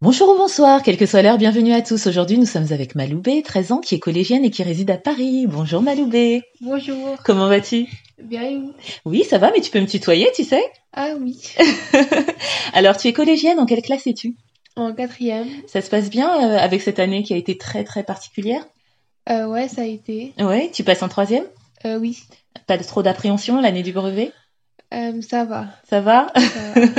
Bonjour ou bonsoir, quelle que soit l'heure, bienvenue à tous. Aujourd'hui, nous sommes avec Maloubé, 13 ans, qui est collégienne et qui réside à Paris. Bonjour Maloubé. Bonjour, Comment vas-tu bien et vous Oui, ça va, mais tu peux me tutoyer, tu sais Ah oui, Alors, tu es collégienne, en quelle classe es-tu en quatrième. Ça se passe bien euh, avec cette année qui a été très très particulière Euh, ouais, ça a été. Ouais, tu passes en troisième Euh, oui, Pas de- trop d'appréhension l'année du brevet Euh, ça va. Euh, Ça va ça va.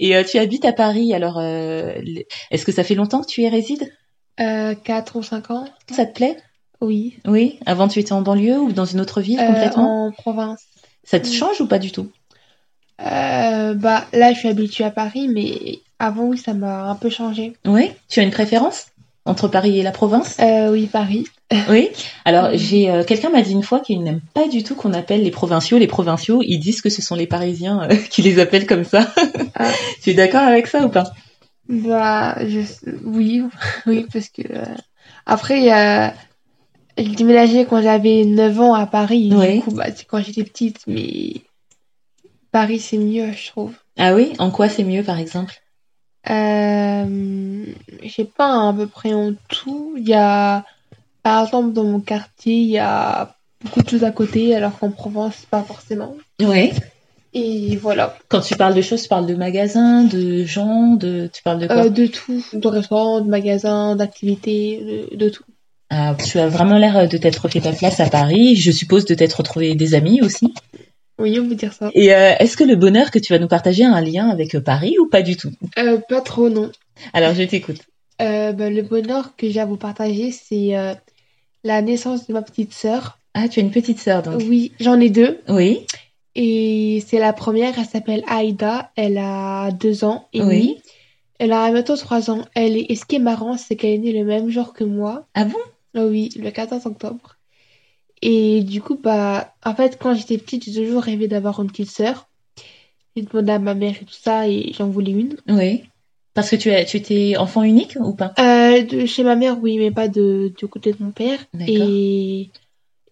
Et euh, tu habites à Paris, alors euh, l- est-ce que ça fait longtemps que tu y résides Euh, 4 ou 5 ans Ça te plaît Oui. Oui. Avant, tu étais en banlieue ou dans une autre ville Euh, complètement en province. Ça te oui. change ou pas du tout Euh, bah là, je suis habituée à Paris, mais avant, oui, ça m'a un peu changé. Oui. Tu as une préférence entre Paris et la province Euh, oui, Paris. Oui. Alors, Mm. j'ai euh, quelqu'un m'a dit une fois qu'il n'aime pas du tout qu'on appelle les provinciaux les provinciaux. Ils disent que ce sont les Parisiens euh, qui les appellent comme ça. Ah. tu es d'accord avec ça ou pas Bah, je... oui, oui, parce que. euh, Après, euh, j'ai déménagé quand j'avais 9 ans à Paris. Ouais. Du coup, bah, c'est quand j'étais petite, mais. Paris, c'est mieux, je trouve. Ah oui. En quoi c'est mieux, par exemple Euh, je sais pas, à peu près en tout. Il y a, par exemple, dans mon quartier, il y a beaucoup de choses à côté, alors qu'en Provence, pas forcément. Oui. Et voilà, Quand tu parles de choses, tu parles de magasins, de gens, de tu parles de quoi Euh, de tout, de restaurants, de magasins, d'activités, de, de tout. Ah, Tu as vraiment l'air de t'être fait ta place à Paris. Je suppose de t'être retrouvé des amis aussi. Oui, on peut dire ça. Et euh, est-ce que le bonheur que tu vas nous partager a un lien avec euh, Paris ou pas du tout Euh, pas trop, non. Alors, je t'écoute. Euh, bah, le bonheur que j'ai à vous partager, c'est euh, la naissance de ma petite sœur. Ah, tu as une petite sœur, donc. Oui, j'en ai deux. Oui. Et c'est la première, elle s'appelle Aïda, elle a deux ans et Oui. demi. Elle a bientôt 3 ans. Elle est... Et ce qui est marrant, c'est qu'elle est née le même jour que moi. Ah bon? Ah Oui, le 14 octobre. Et du coup, bah, en fait, quand j'étais petite, j'ai toujours rêvé d'avoir une petite sœur. J'ai demandé à ma mère et tout ça, et j'en voulais une. Oui. Parce que tu as, tu étais enfant unique ou pas? Euh, de- chez ma mère, oui, mais pas de, du côté de mon père. D'accord. Et,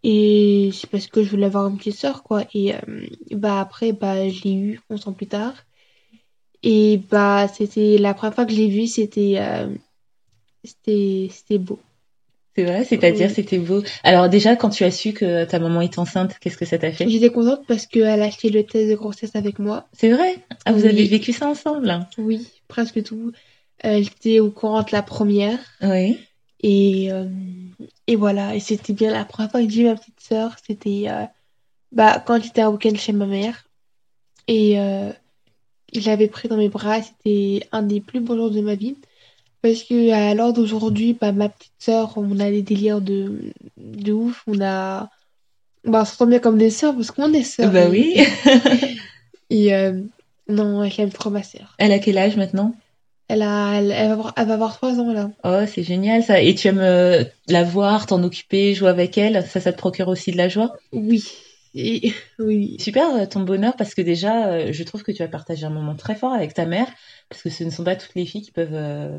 et c'est parce que je voulais avoir une petite sœur, quoi. Et euh, bah après, bah, je l'ai eue 11 ans plus tard. Et bah, c'était la première fois que je l'ai vue, c'était euh, c'était c'était beau. C'est vrai, c'est-à-dire Oui. c'était beau. Alors déjà, quand tu as su que ta maman est enceinte, qu'est-ce que ça t'a fait? J'étais contente parce qu'elle a acheté le test de grossesse avec moi. C'est vrai? Ah, vous Oui. avez vécu ça ensemble? Oui, presque tout. Elle était au courant de la première. Oui. Et, euh, et voilà, et c'était bien la première fois que j'ai vu ma petite sœur, c'était euh, bah, quand j'étais un week-end chez ma mère. Et euh, je l'avais pris dans mes bras, c'était un des plus beaux jours de ma vie. Parce que à l'heure d'aujourd'hui, bah, ma petite sœur, on a des délires de, de ouf, on a... Bah, on s'entend bien comme des sœurs, parce qu'on est sœurs. Bah et- oui. Et euh, non, j'aime trop ma sœur. Elle a quel âge maintenant? Elle a, elle, elle va avoir, elle va avoir 3 ans là. Oh, c'est génial ça. Et tu aimes euh, la voir, t'en occuper, jouer avec elle. Ça, ça te procure aussi de la joie. Oui. Et, oui. Super euh, ton bonheur parce que déjà, euh, je trouve que tu as partagé un moment très fort avec ta mère parce que ce ne sont pas toutes les filles qui peuvent euh,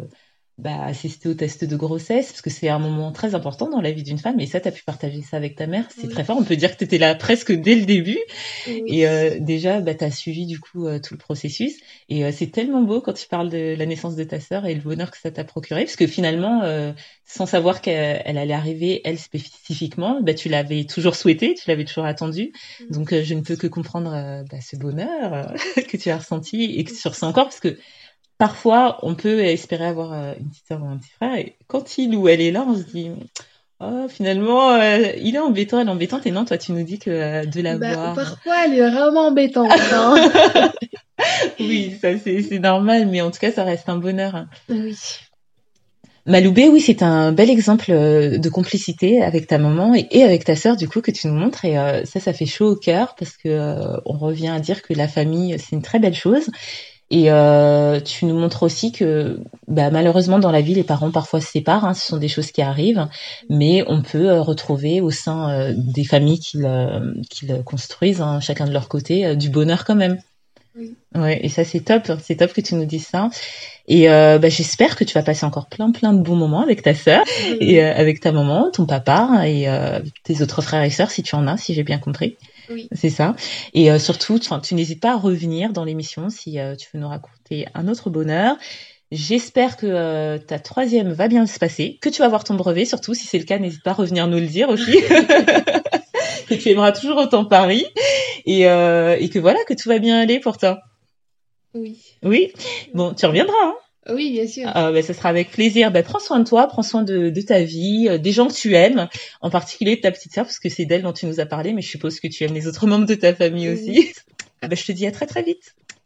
bah, assister au test de grossesse parce que c'est un moment très important dans la vie d'une femme et ça, tu as pu partager ça avec ta mère. C'est Oui. très fort. On peut dire que tu étais là presque dès le début Oui. et euh, déjà, bah, tu as suivi du coup euh, tout le processus et euh, c'est tellement beau quand tu parles de la naissance de ta sœur et le bonheur que ça t'a procuré parce que finalement, euh, sans savoir qu'elle elle allait arriver, elle spécifiquement, bah, tu l'avais toujours souhaité, tu l'avais toujours attendu. Mm. Donc, euh, je ne peux que comprendre euh, bah, ce bonheur euh, que tu as ressenti et que tu ressens encore, parce que parfois, on peut espérer avoir euh, une petite sœur ou un petit frère, et quand il ou elle est là, on se dit, oh, finalement, euh, il est embêtant, elle est embêtante, et non, toi, tu nous dis que euh, de Bah, l'avoir. parfois, elle est vraiment embêtante. hein. oui, ça, c'est c'est normal, mais en tout cas, ça reste un bonheur. hein. oui. Maloubé, oui, c'est un bel exemple euh, de complicité avec ta maman et et avec ta sœur, du coup, que tu nous montres. Et euh, ça, ça fait chaud au cœur parce que euh, on revient à dire que la famille, c'est une très belle chose. Et euh, tu nous montres aussi que, bah, malheureusement, dans la vie, les parents parfois se séparent. hein, ce sont des choses qui arrivent, mais on peut euh, retrouver au sein euh, des familles qu'ils euh, qu'ils construisent, hein, chacun de leur côté, euh, du bonheur quand même. Ouais, et ça c'est top, c'est top que tu nous dises ça. Et euh, bah, j'espère que tu vas passer encore plein plein de bons moments avec ta sœur et euh, avec ta maman, ton papa et euh, tes autres frères et sœurs si tu en as, si j'ai bien compris. Oui. C'est ça. Et euh, surtout, tu, enfin, tu n'hésites pas à revenir dans l'émission si euh, tu veux nous raconter un autre bonheur. J'espère que euh, ta troisième va bien se passer, que tu vas avoir ton brevet surtout. Si c'est le cas, n'hésite pas à revenir nous le dire aussi. que tu aimeras toujours autant Paris. Et, euh, et que voilà, que tout va bien aller pour toi. Oui. Oui, bon, tu reviendras. Hein Oui, bien sûr. euh, ben, ça sera avec plaisir. Ben, prends soin de toi, prends soin de, de ta vie, euh, des gens que tu aimes, en particulier de ta petite sœur, parce que c'est d'elle dont tu nous as parlé, mais je suppose que tu aimes les autres membres de ta famille Oui. aussi. Ben, je te dis à très très vite.